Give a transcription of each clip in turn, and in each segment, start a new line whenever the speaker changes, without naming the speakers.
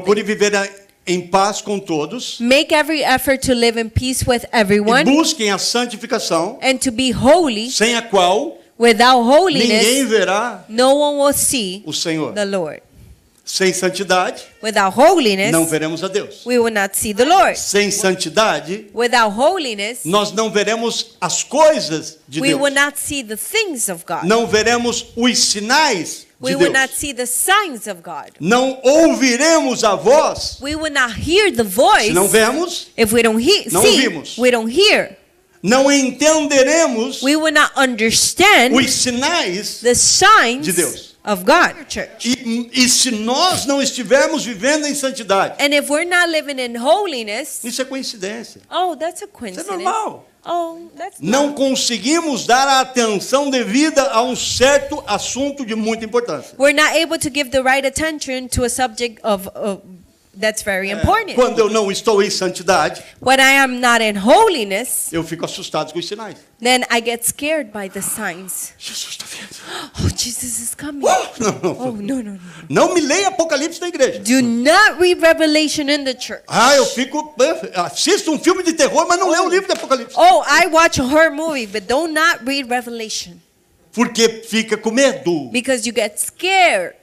Procure viver a- em paz com todos.
Make every effort to live in peace with
E
everyone
busquem a santificação,
and to be holy.
sem a qual
Without
ninguém
holiness,
verá
no one will see
o Senhor.
the Lord.
Sem santidade,
Without
não
holiness,
veremos a Deus.
we will not see the Lord.
Sem santidade,
Without holiness,
nós não veremos as coisas de
we
Deus.
will not see the things of God.
Não veremos os sinais
We
de
will not
Deus.
see the signs of God.
Não ouviremos a voz
We will not hear the
se não
voice
vemos.
if we don't hear.
Não
See,
ouvimos.
we don't hear.
Não entenderemos
We will not understand
os sinais.
the
de
signs
Deus.
of God. Church.
E, e se nós não estivermos vivendo em santidade,
And if we're not living in holiness,
isso é coincidência.
oh, that's
Isso
a
é
coincidence.
normal.
Oh, that's
Não
normal.
conseguimos dar a atenção devida a um certo assunto de muita importância.
We're not able to give the right attention to a subject of, of that's very important.
Quando eu não estou em santidade,
When I am not in holiness,
eu fico assustado com os sinais.
then I get scared by the signs.
Jesus está vendo.
Oh, Jesus is coming.
Uh, Não,
Oh,
não,
no, no, no.
não me leia Apocalipse na igreja.
Do not read Revelation in the church.
Ah, eu fico. Assisto um filme de terror, mas não leio o livro de Apocalipse.
Oh, I watch a horror movie, but don't not read Revelation
Porque fica com medo.
because you get scared.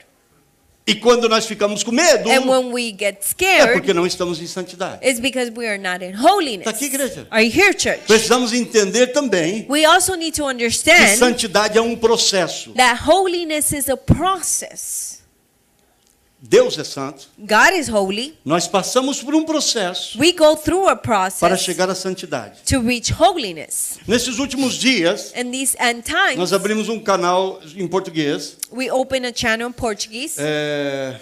E quando nós ficamos com medo,
And when we get
é
scared,
porque não estamos em santidade.
it's because we are not in
Tá aqui,
holiness.
igreja.
Are you here, church?
Precisamos entender também
We also need to
que
understand
santidade é um processo.
that holiness is a process.
Deus é santo.
God is holy.
Nós passamos por um processo
We go through a
para
process
chegar à santidade.
to reach holiness.
Nesses últimos dias,
In these end
nós
times,
abrimos um canal em português.
we open a channel in Portuguese,
é,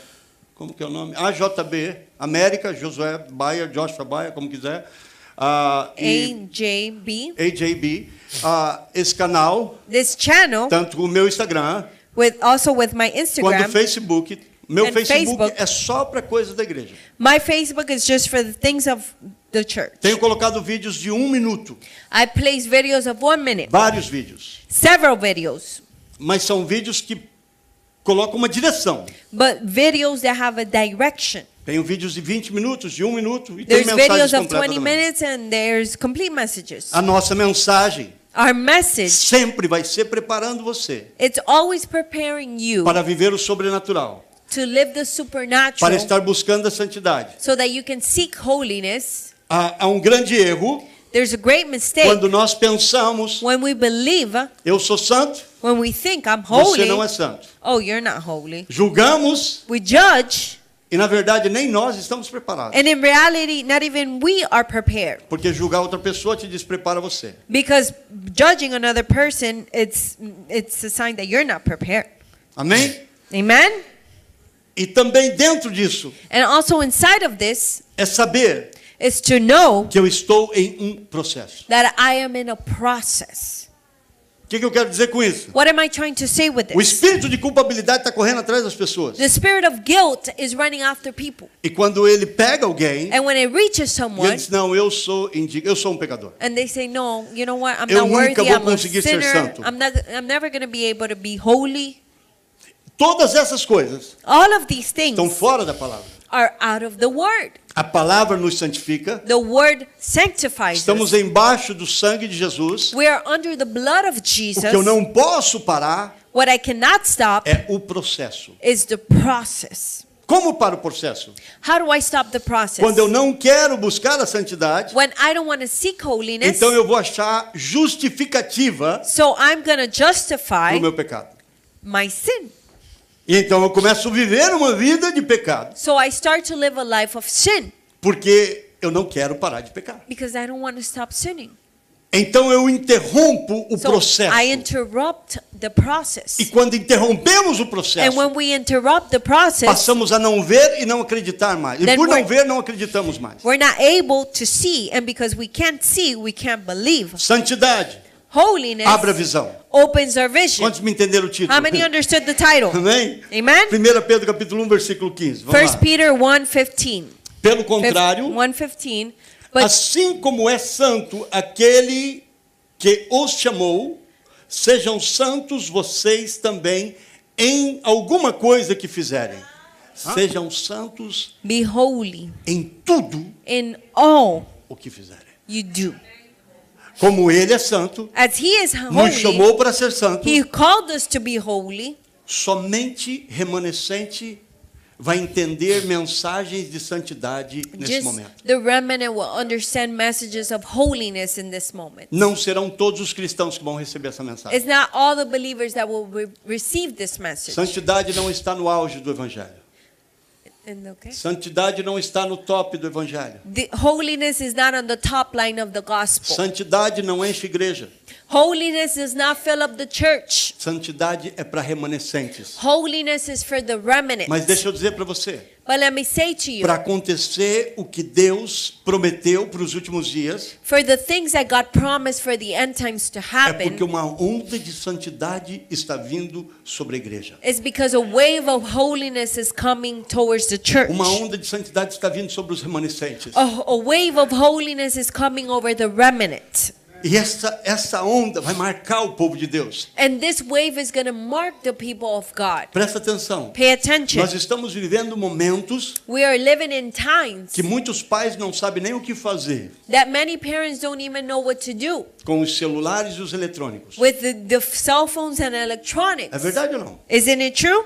como que é o nome? AJB, América, Josué Baia, Joshua Baia, como quiser. Ah, e
AJB.
AJB. Ah, esse canal,
This channel,
tanto o meu Instagram,
with also with my
quanto o
Instagram,
Facebook. Meu
And
Facebook,
Facebook.
é só para coisa da igreja.
my Facebook is just for the things of the church.
Tenho colocado vídeos de um minuto,
I place videos of one minute,
vários vídeos.
several videos,
Mas são vídeos que colocam uma direção.
but videos that have a direction.
Tenho vídeos de 20 minutos, de um minuto, e tem
There's
mensagens
videos of
completas
20
também.
minutes and there's complete messages.
A nossa mensagem
Our message
sempre vai ser preparando você
It's always preparing you
para viver o sobrenatural,
to live the
para
supernatural
estar buscando a santidade.
so that you can seek holiness.
Há, há um grande erro
There's a great mistake
quando nós pensamos,
when we believe,
eu sou santo,
when we think I'm
você
holy.
não é santo.
Oh, you're not holy.
Julgamos
We judge,
e, na verdade, nem nós estamos preparados.
and in reality, not even we are prepared
Porque julgar outra pessoa te desprepara você.
because judging another person, it's it's a sign that you're not prepared.
Amém?
Amen.
E também dentro disso
And also inside of this
é saber
is to know
que eu estou em um processo.
that I am in a process.
O que, que eu quero dizer com isso?
What am I trying to say with
O
this?
espírito de culpabilidade está correndo atrás das pessoas.
The spirit of guilt is running after people.
E quando ele pega alguém,
And when it reaches
e ele
someone
diz, não, eu sou indigno, eu sou um pecador.
and they say, No, you know what? I'm
Eu
not
nunca
worthy.
vou
I'm a
conseguir ser
sinner.
santo."
I'm, not, I'm never going to be able to be holy.
Todas essas coisas
All of these
estão
things
fora da palavra.
are out of the word.
A palavra nos santifica.
The word sanctifies
Estamos
us.
embaixo do sangue de Jesus.
We are under the blood of
O que eu
Jesus.
não posso parar
What I cannot stop
é o processo.
is the process.
Como para o processo?
How do I stop the
Quando eu
process?
não quero buscar a santidade,
When I don't want to seek holiness,
então eu vou achar justificativa
so I'm going to justify
do meu pecado.
my sin.
E então eu começo a viver uma vida de pecado,
So I start to live a life of sin.
porque eu não quero parar de pecar.
because I don't want to stop sinning.
Então eu interrompo o
So
processo.
I interrupt the process.
E quando interrompemos o processo,
And when we interrupt the process,
passamos a não ver e não acreditar mais. E
Then
por não
we're-
ver, não acreditamos mais.
we're not able to see, and because we can't see, we can't believe.
Santidade,
Holiness
abra a visão.
opens our vision.
Quantos me entenderam o título?
How many understood the title?
Amém?
Amen?
1 Pedro capítulo 1, versículo 15. Vamos lá.
First Peter 1:15.
Pelo
Fif-
contrário,
1:15. But
assim como é santo aquele que os chamou, sejam santos vocês também em alguma coisa que fizerem. Sejam santos
Be holy
em tudo
in all
o que fizerem.
you do.
Como ele é santo,
As He is
nos
holy,
chamou para ser santo,
He called us to be holy.
somente remanescente vai entender mensagens de santidade nesse momento.
Just the remnant will understand messages of holiness in this moment.
Não serão todos os cristãos que vão receber essa mensagem.
It's not all the believers that will re- receive this message.
Santidade não está no auge do evangelho.
And okay.
Santidade não está no top do evangelho.
The holiness is not on the top line of the gospel.
Santidade não enche igreja.
Holiness does not fill up the church.
Santidade é para remanescentes.
Holiness is for the remnant.
Mas deixa eu dizer para você,
But let me say to you,
para acontecer o que Deus prometeu para os últimos dias,
for the things that God promised for the end times to
é
happen,
porque uma onda de santidade está vindo sobre a igreja.
is because a wave of holiness is coming towards the church.
Uma onda de santidade está vindo sobre os remanescentes.
A, a wave of holiness is coming over the remnant.
E essa essa onda vai marcar o povo de Deus.
And this wave is going to mark the people of God.
Presta atenção.
Pay attention.
Nós estamos vivendo momentos
We are living in times
que muitos pais não sabem nem o que fazer
that many parents don't even know what to do
com os celulares e os eletrônicos.
with the, the cell phones and
É
electronics.
verdade ou não?
Isn't it true?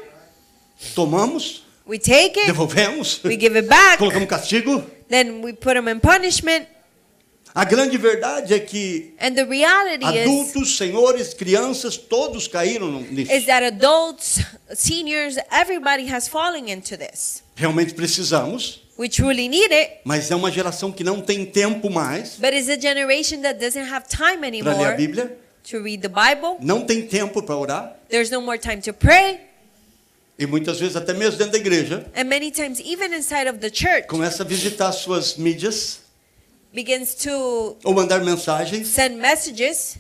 Tomamos,
We take it,
devolvemos,
we give it back,
colocamos castigo.
then we put them in punishment.
A grande verdade é que
And the reality is,
adultos, senhores, crianças, todos caíram no- nisso.
is that adults, seniors, everybody has fallen into this.
Realmente precisamos,
We truly need it,
mas é uma geração que não tem tempo mais
but it's a generation that doesn't have time
para ler a
anymore
Bíblia,
to read the Bible.
não tem tempo para orar
There's no more time to pray.
e muitas vezes até mesmo dentro da igreja
And many times, even inside of the church,
começa a visitar suas mídias
begins to
ou mandar mensagens.
send messages,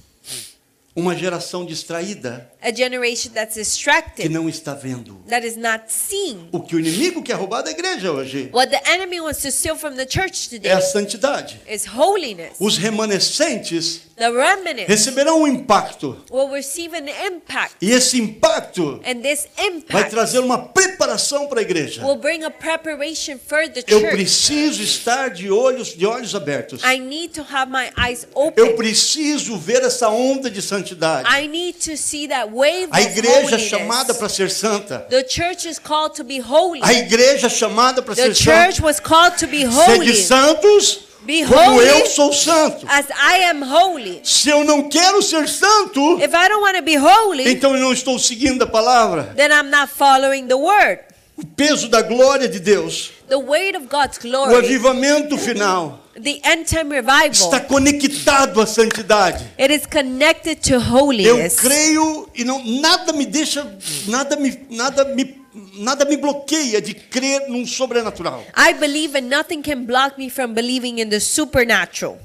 Uma geração distraída
a generation that's
que
distracted,
não está vendo.
that is not seeing.
O que o inimigo quer roubar da igreja hoje
What the enemy wants to steal from the church
é a
today
santidade.
is holiness.
Os remanescentes
The remnant
receberão um impacto.
will receive an impact,
E esse impacto
and this
vai
impact
trazer uma preparação para a igreja.
will bring a preparation for the
Eu
church.
preciso estar de olhos, de olhos abertos.
I need to have my eyes
Eu
open.
preciso ver essa onda de santidade.
I need to see that wave of
A igreja chamada
holiness.
para ser santa.
The church is called to be holy.
A igreja chamada para
The
ser santa.
church was called to be
Sede
holy.
santos
Be
como
holy.
eu sou santo.
As I am holy.
Se eu não quero ser santo,
If I don't want to be holy,
então eu não estou seguindo a palavra.
then I'm not following the word.
O peso da glória de Deus,
The weight of God's
o
glory,
avivamento final,
the end time revival,
está conectado à santidade.
it is connected to
Eu
holiness.
creio e não nada me deixa, nada me, nada me, nada me bloqueia de crer num sobrenatural,
I believe and nothing can block me from believing in the supernatural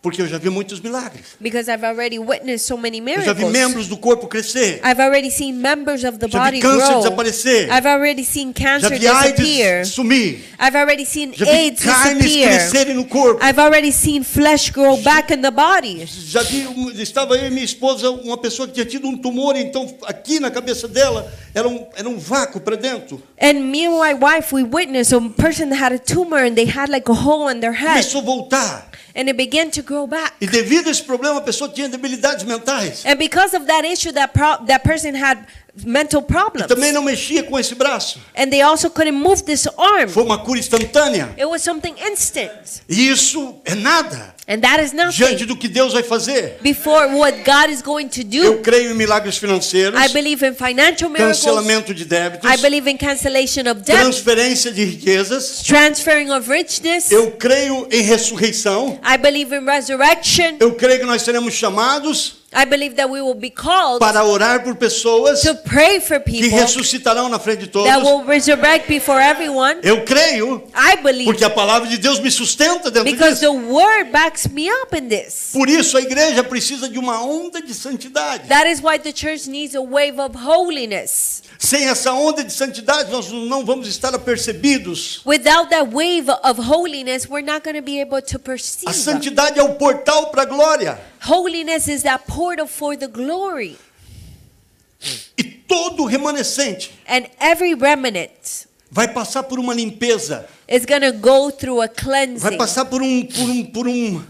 porque eu já vi muitos milagres.
because I've already witnessed so many
Eu já vi
miracles.
membros do corpo crescer.
I've already seen members of the
Já vi
body
câncer
grow.
desaparecer.
I've already seen
Já
cancer
vi
disappear.
AIDS sumir.
I've already seen
Já vi
AIDS
carnes
disappear.
crescerem no corpo.
I've already seen flesh grow back in the body.
Já vi, um- estava eu e minha esposa, uma pessoa que tinha tido um tumor, então aqui na cabeça dela era um, era um vácuo para dentro.
And me and my wife, we witnessed a person that had a tumor and they had like a hole in their head
Começou a voltar.
and it began to grow back.
E devido a esse problema, a pessoa tinha debilidades mentais.
And because of that issue, that pro- that person had mental
E
problems.
também não mexia com esse braço.
And they also couldn't move this arm.
Foi uma cura instantânea.
It was something instant.
E isso é nada
And that is
diante
nothing
do que Deus vai fazer.
before what God is going to
Eu
do.
creio em milagres financeiros,
I believe in financial miracles.
cancelamento de débitos,
I believe in cancellation of debt,
transferência de riquezas.
transferring of richness.
Eu creio em ressurreição.
I believe in resurrection.
Eu creio que nós seremos chamados
I believe that we will be called
para orar por pessoas
to pray for
que
people
ressuscitarão na frente de
that
todos.
will resurrect before everyone.
Eu creio,
I believe
porque a palavra de Deus me sustenta dentro
because
disso.
the word backs me up in this.
Por isso a igreja precisa de uma onda de santidade.
That is why the church needs a wave of holiness.
Sem essa onda de santidade, nós não vamos estar apercebidos
Without that wave of holiness, we're not going to be able to
A
perceive.
santidade é o portal para a glória.
Holiness is that portal for the glory.
E todo remanescente
And every remnant
vai passar por uma limpeza,
It's going to go through a
vai
cleansing.
passar por um por um por um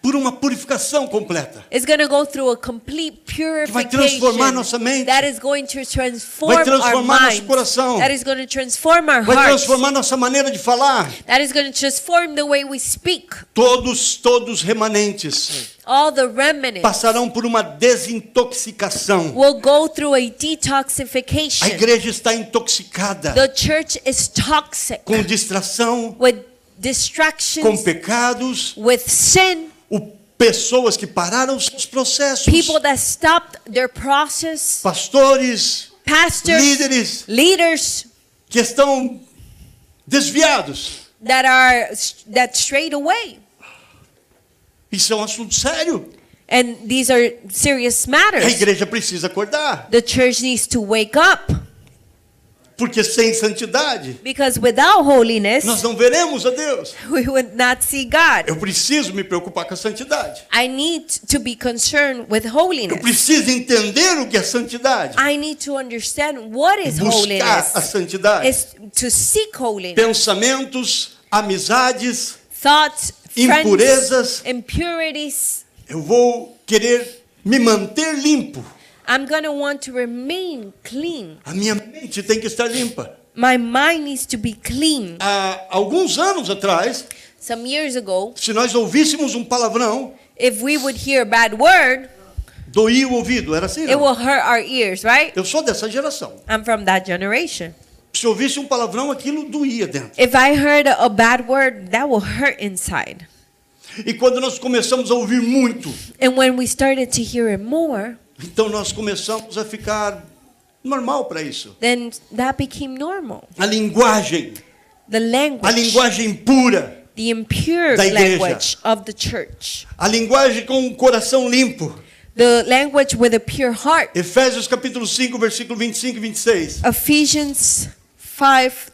por uma purificação completa.
It's going to go through a complete
vai
purification
transformar nossa mente.
that is going to transform
Vai transformar
our
nosso
minds.
coração.
That is going to transform our
Vai
hearts.
transformar nossa maneira de falar.
That is going to transform the way we speak.
Todos, todos remanentes
All the remnants
passarão por uma desintoxicação.
will go through a
A
detoxification.
igreja está intoxicada
The church is toxic
com distração,
with
com
distractions,
pecados,
with sin,
o, pessoas que pararam seus processos,
people that stopped their process,
pastores,
pastors,
líderes
leaders
que estão desviados.
that are that strayed away.
Isso é um assunto sério.
And these are serious
A
matters.
igreja precisa acordar,
The church needs to wake up
porque sem santidade
because without
nós
holiness,
não veremos a Deus.
we would not see God.
Eu preciso me preocupar com a santidade.
I need to be concerned with
Eu
holiness.
preciso entender o que é santidade.
I need to understand what is
Buscar a
holiness.
santidade.
Is to seek holiness.
Pensamentos, amizades,
Thoughts,
Impurezas.
friends, impurities.
eu vou querer me manter limpo.
I'm going to want to remain clean.
A minha mente tem que estar limpa.
My mind needs to be clean.
Há alguns anos atrás,
Some years ago,
se nós ouvíssemos um palavrão,
if we would hear a bad word,
doía o ouvido. Era assim?
it
Não?
will hurt our ears, right?
Eu sou dessa geração.
I'm from that generation.
Se ouvisse um palavrão, aquilo doía dentro.
If I heard a bad word, that will hurt inside.
E quando nós começamos a ouvir muito,
And when we started to hear it more,
então nós começamos a ficar normal para isso.
then that became normal.
A linguagem,
The
a
language,
linguagem pura,
the impure
Da igreja.
language of the church,
A linguagem com o coração limpo.
the language with a pure heart.
Efésios capítulo 5, versículo 25 e 26.
Ephesians 5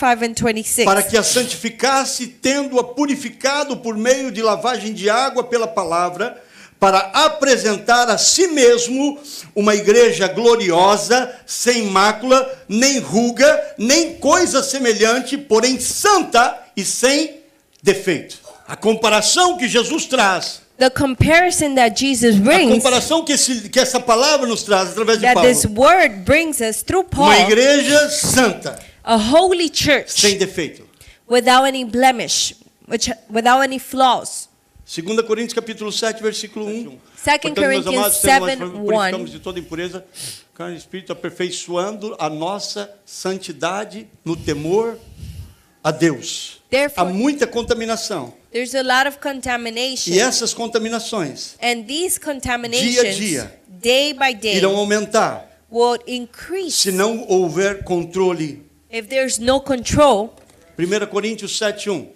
25 and
Para
26.
que a santificasse, tendo-a purificado por meio de lavagem de água pela palavra, para apresentar a si mesmo uma igreja gloriosa, sem mácula, nem ruga, nem coisa semelhante, porém santa e sem defeito. A comparação que Jesus traz,
The comparison that Jesus
a
brings,
comparação que, esse- que essa palavra nos traz através de
that
Paulo.
this word brings us through
Uma
Paul,
igreja santa,
a holy church
sem defeito.
without any blemish, which, without any flaws.
2 Coríntios capítulo 7, versículo 1.
2 Corinthians
tendo nós
7,
forma- purificamos de toda impureza, carne e espírito, aperfeiçoando a nossa santidade no temor a Deus. Há
Therefore,
muita contaminação.
There's a lot of contamination.
E essas contaminações
And these contaminations,
dia.
day by day,
irão aumentar
will increase
se não houver controle.
if there's no control.
1 Coríntios um. 7, 1.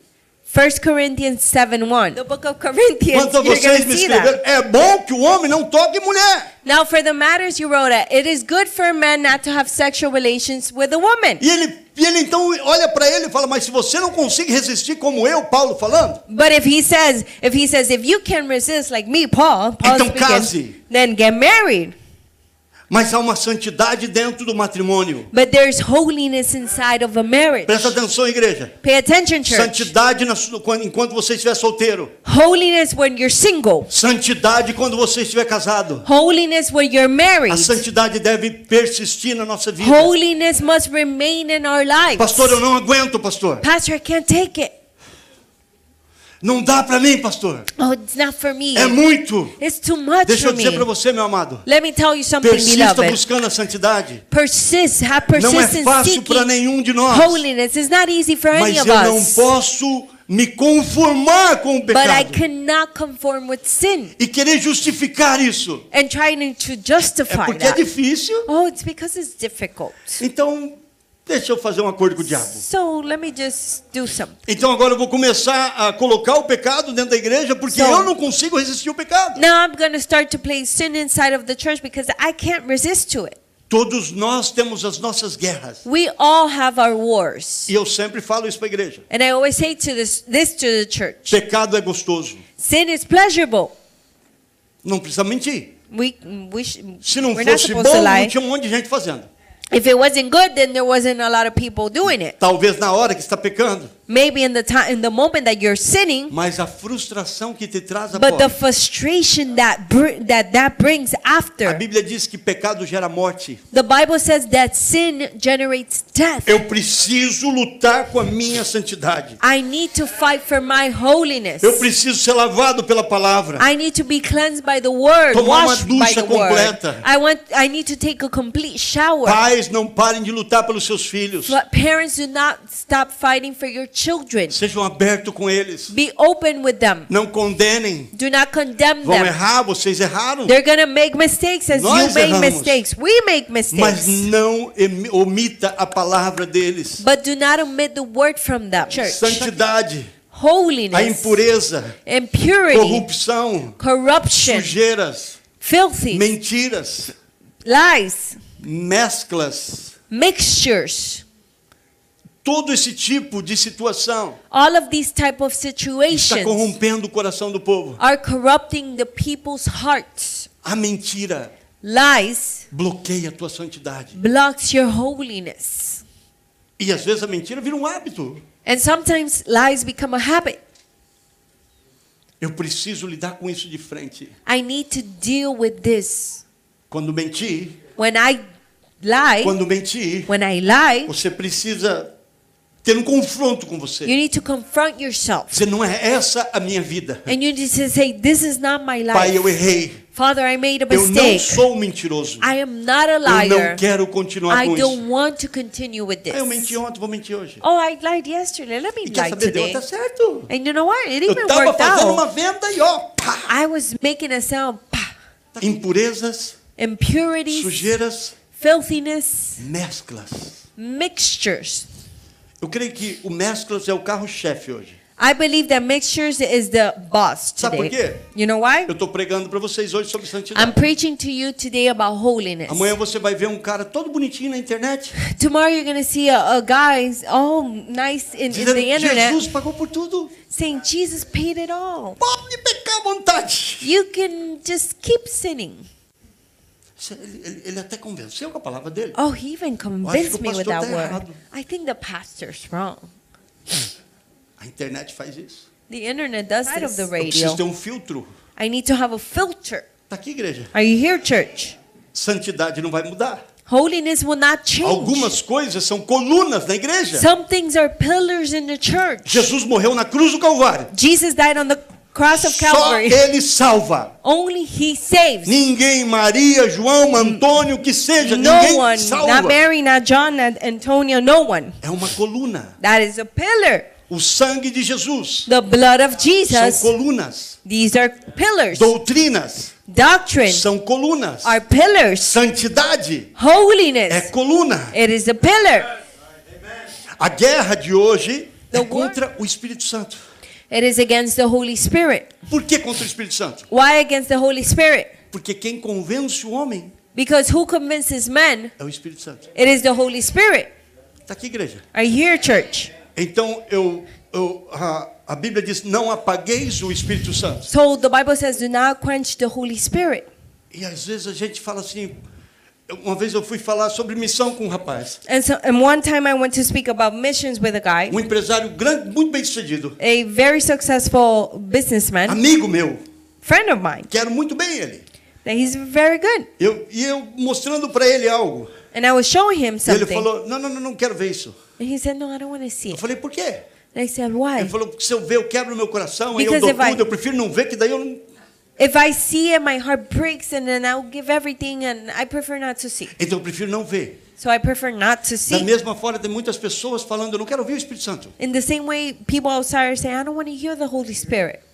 1 Corinthians 7 1. The book of Corinthians,
Quanto a
you're going
vocês
to
me
see that.
escreveram, é bom que o homem não toque em mulher.
Now, for the matters you wrote, at, it is good for a man not to have sexual relations with a woman.
E ele, e ele então olha para ele e fala: Mas se você não consegue resistir como eu, Paulo falando,
But if he says, if he says, if you can resist like me, Paul, Paul
Então
speaking,
case.
then get married.
mas há uma santidade dentro do matrimônio.
But there's holiness inside of a marriage.
Presta atenção, igreja.
Pay attention, church.
Santidade na sua- quando- enquanto você estiver solteiro.
Holiness when you're single.
Santidade quando você estiver casado.
Holiness when you're married.
A santidade deve persistir na nossa vida.
Holiness must remain in our lives.
Pastor, eu não aguento, pastor.
Pastor, I can't take it.
Não dá para mim, pastor.
Oh, it's not for me.
É muito.
It's too much
Deixa
for
eu dizer
me.
para você, meu amado.
Let me tell you something,
Persista
beloved.
buscando a santidade.
Persist, have
Não é fácil
persistence
para
seeking
nenhum de nós.
holiness. It's not easy for any
Mas
of
eu não
us.
posso me conformar com o
But I
pecado
cannot conform with sin
e querer justificar isso.
and trying to
É
justify
porque é
that.
difícil.
Oh, it's because it's difficult.
Então, deixa eu fazer um acordo com o diabo.
So let me just do something.
Então agora eu vou começar a colocar o pecado dentro da igreja porque
Então-
eu não consigo resistir o pecado.
Now I'm going to start to place sin inside of the church because I can't resist to it.
Todos nós temos as nossas guerras.
We all have our wars.
E eu sempre falo isso para a igreja.
And I always say to this, this to the church
Pecado é gostoso.
sin is pleasurable.
Não precisa mentir.
We, we sh-
Se não
we're not
fosse
supposed to
bom, não
lie.
tinha um monte de gente fazendo.
If it wasn't good, then there wasn't a lot of people doing it.
Talvez na hora que está pecando,
Maybe in the time, in the moment that you're sinning,
mas a frustração que te traz a
but the
morte.
frustration that br- that that brings
A
after.
Bíblia diz que pecado gera morte.
The Bible says that sin generates death.
Eu preciso lutar com a minha santidade.
I need to fight for my holiness.
Eu preciso ser lavado pela palavra.
I need to be cleansed by the word,
Tomar uma
washed by
ducha
the
completa.
word. I want I need to take a complete shower.
Pais, não parem de lutar pelos seus filhos.
But parents do not stop fighting for your children.
Sejam abertos com eles.
Be open with them.
Não condenem.
Do not condemn
Vão
them.
errar, vocês erraram.
They're going to make mistakes as
Nós
you make
erramos.
mistakes. We make
Mas
mistakes.
não em- omita a palavra deles.
But do not omit the word from them.
Santidade, a
Holiness,
impureza,
impurity,
corrupção,
corruption,
sujeiras,
filthy,
mentiras,
lies,
mesclas,
mixtures.
todo esse tipo de situação
All of these type of
está
situations
corrompendo o coração do povo.
are corrupting the people's hearts.
A mentira
Lies
bloqueia a tua santidade.
blocks your holiness.
E às vezes a mentira vira um hábito.
And sometimes lies become a habit.
Eu preciso lidar com isso de frente.
I need to deal with this.
Quando mentir,
When I lie,
quando mentir,
when I lie,
você precisa ter um confronto com você.
you need to confront yourself.
Você não é essa a minha vida.
And you need to say, This is not my
Pai, eu
life.
errei.
Father, I made a
Eu não
mistake.
sou um mentiroso.
I am not a
Eu não
liar.
quero continuar
I
com isso.
don't want to continue with
Ah, Eu menti
this.
ontem, vou mentir hoje.
Oh, I lied yesterday. Let me
E quer
lie
saber, deu
today.
até certo.
And you know what? It
Eu
even
estava
worked
fazendo
out.
uma venda e ó, pá.
I was making a sound. Pah.
Impurezas,
Impurities,
sujeiras,
filthiness,
mesclas.
mixtures.
Eu creio que o mesclas é o carro-chefe hoje.
I believe that mixtures is the boss
Sabe por
today.
quê?
You know why?
Eu estou pregando para vocês hoje sobre santidade.
I'm preaching to you today about holiness.
Amanhã você vai ver um cara todo bonitinho na internet
Tomorrow you're going to see a, a guy all nice in, in
dizendo
the internet
Jesus pagou por tudo.
saying Jesus paid it all.
Pode pecar à vontade.
You can just keep sinning.
Você- é, Ele, ele- ele até convenceu com a palavra dele.
Oh, he even
que o
convinced me
pastor
with that
tá
word.
errado.
I think the pastor's wrong.
A internet faz isso.
The internet does this. of the
Eu preciso
radio.
ter um filtro.
I need to have a filter.
Tá aqui, igreja.
Are you here, church?
Santidade não vai mudar.
Holiness will not change.
Algumas coisas são colunas na igreja.
Some things are pillars in the church.
Jesus morreu na cruz do Calvário.
Jesus died on the cross of
Só
Calvary.
ele salva.
Only He saves.
Ninguém, Maria, João, Antônio, que seja,
Hum. no
ninguém
one, not
salva.
Mary, not John, not Antonio, no one.
É uma coluna.
That is a pillar.
O sangue de Jesus
The blood of
são
Jesus.
colunas.
These are pillars.
Doutrinas
Doctrine
são colunas.
are pillars.
Santidade é
Holiness.
coluna.
It is a pillar.
A guerra de hoje é
The war-
contra o Espírito Santo.
It is against the Holy Spirit.
Por que contra o Espírito Santo?
Why against the Holy Spirit?
Porque quem convence o homem
Because who convinces men?
é o Espírito Santo.
It is the Holy Spirit.
Está aqui, igreja.
Are you here, church?
Então, eu, eu- a, a Bíblia diz: não apagueis o Espírito Santo.
So the Bible says, do not quench the Holy Spirit.
E às vezes a gente fala assim. Uma vez eu fui falar sobre missão com um rapaz,
And so, and one time I went to speak about missions with a guy,
um empresário grande, muito bem sucedido,
a very successful businessman,
amigo meu,
friend of mine.
quero muito bem ele.
That he's very good.
Eu, e eu mostrando para ele algo.
And I was showing him
E ele
something.
falou: não, não, não, não quero ver isso.
And he said, no, I don't want to see
Eu
it.
falei: por quê?
And I said,
Ele
why?
falou, porque se eu ver, eu quebro meu coração, aí eu
Because
dou
if I-
tudo, eu prefiro não ver, que daí eu não...
If I see it, my heart breaks and then I'll give everything and I prefer not to see.
Então eu prefiro não ver.
So I prefer not to
Da
see.
mesma forma, tem muitas pessoas falando, eu não quero ouvir o Espírito Santo.
In the same way, people outside are saying, I don't want to hear the Holy Spirit.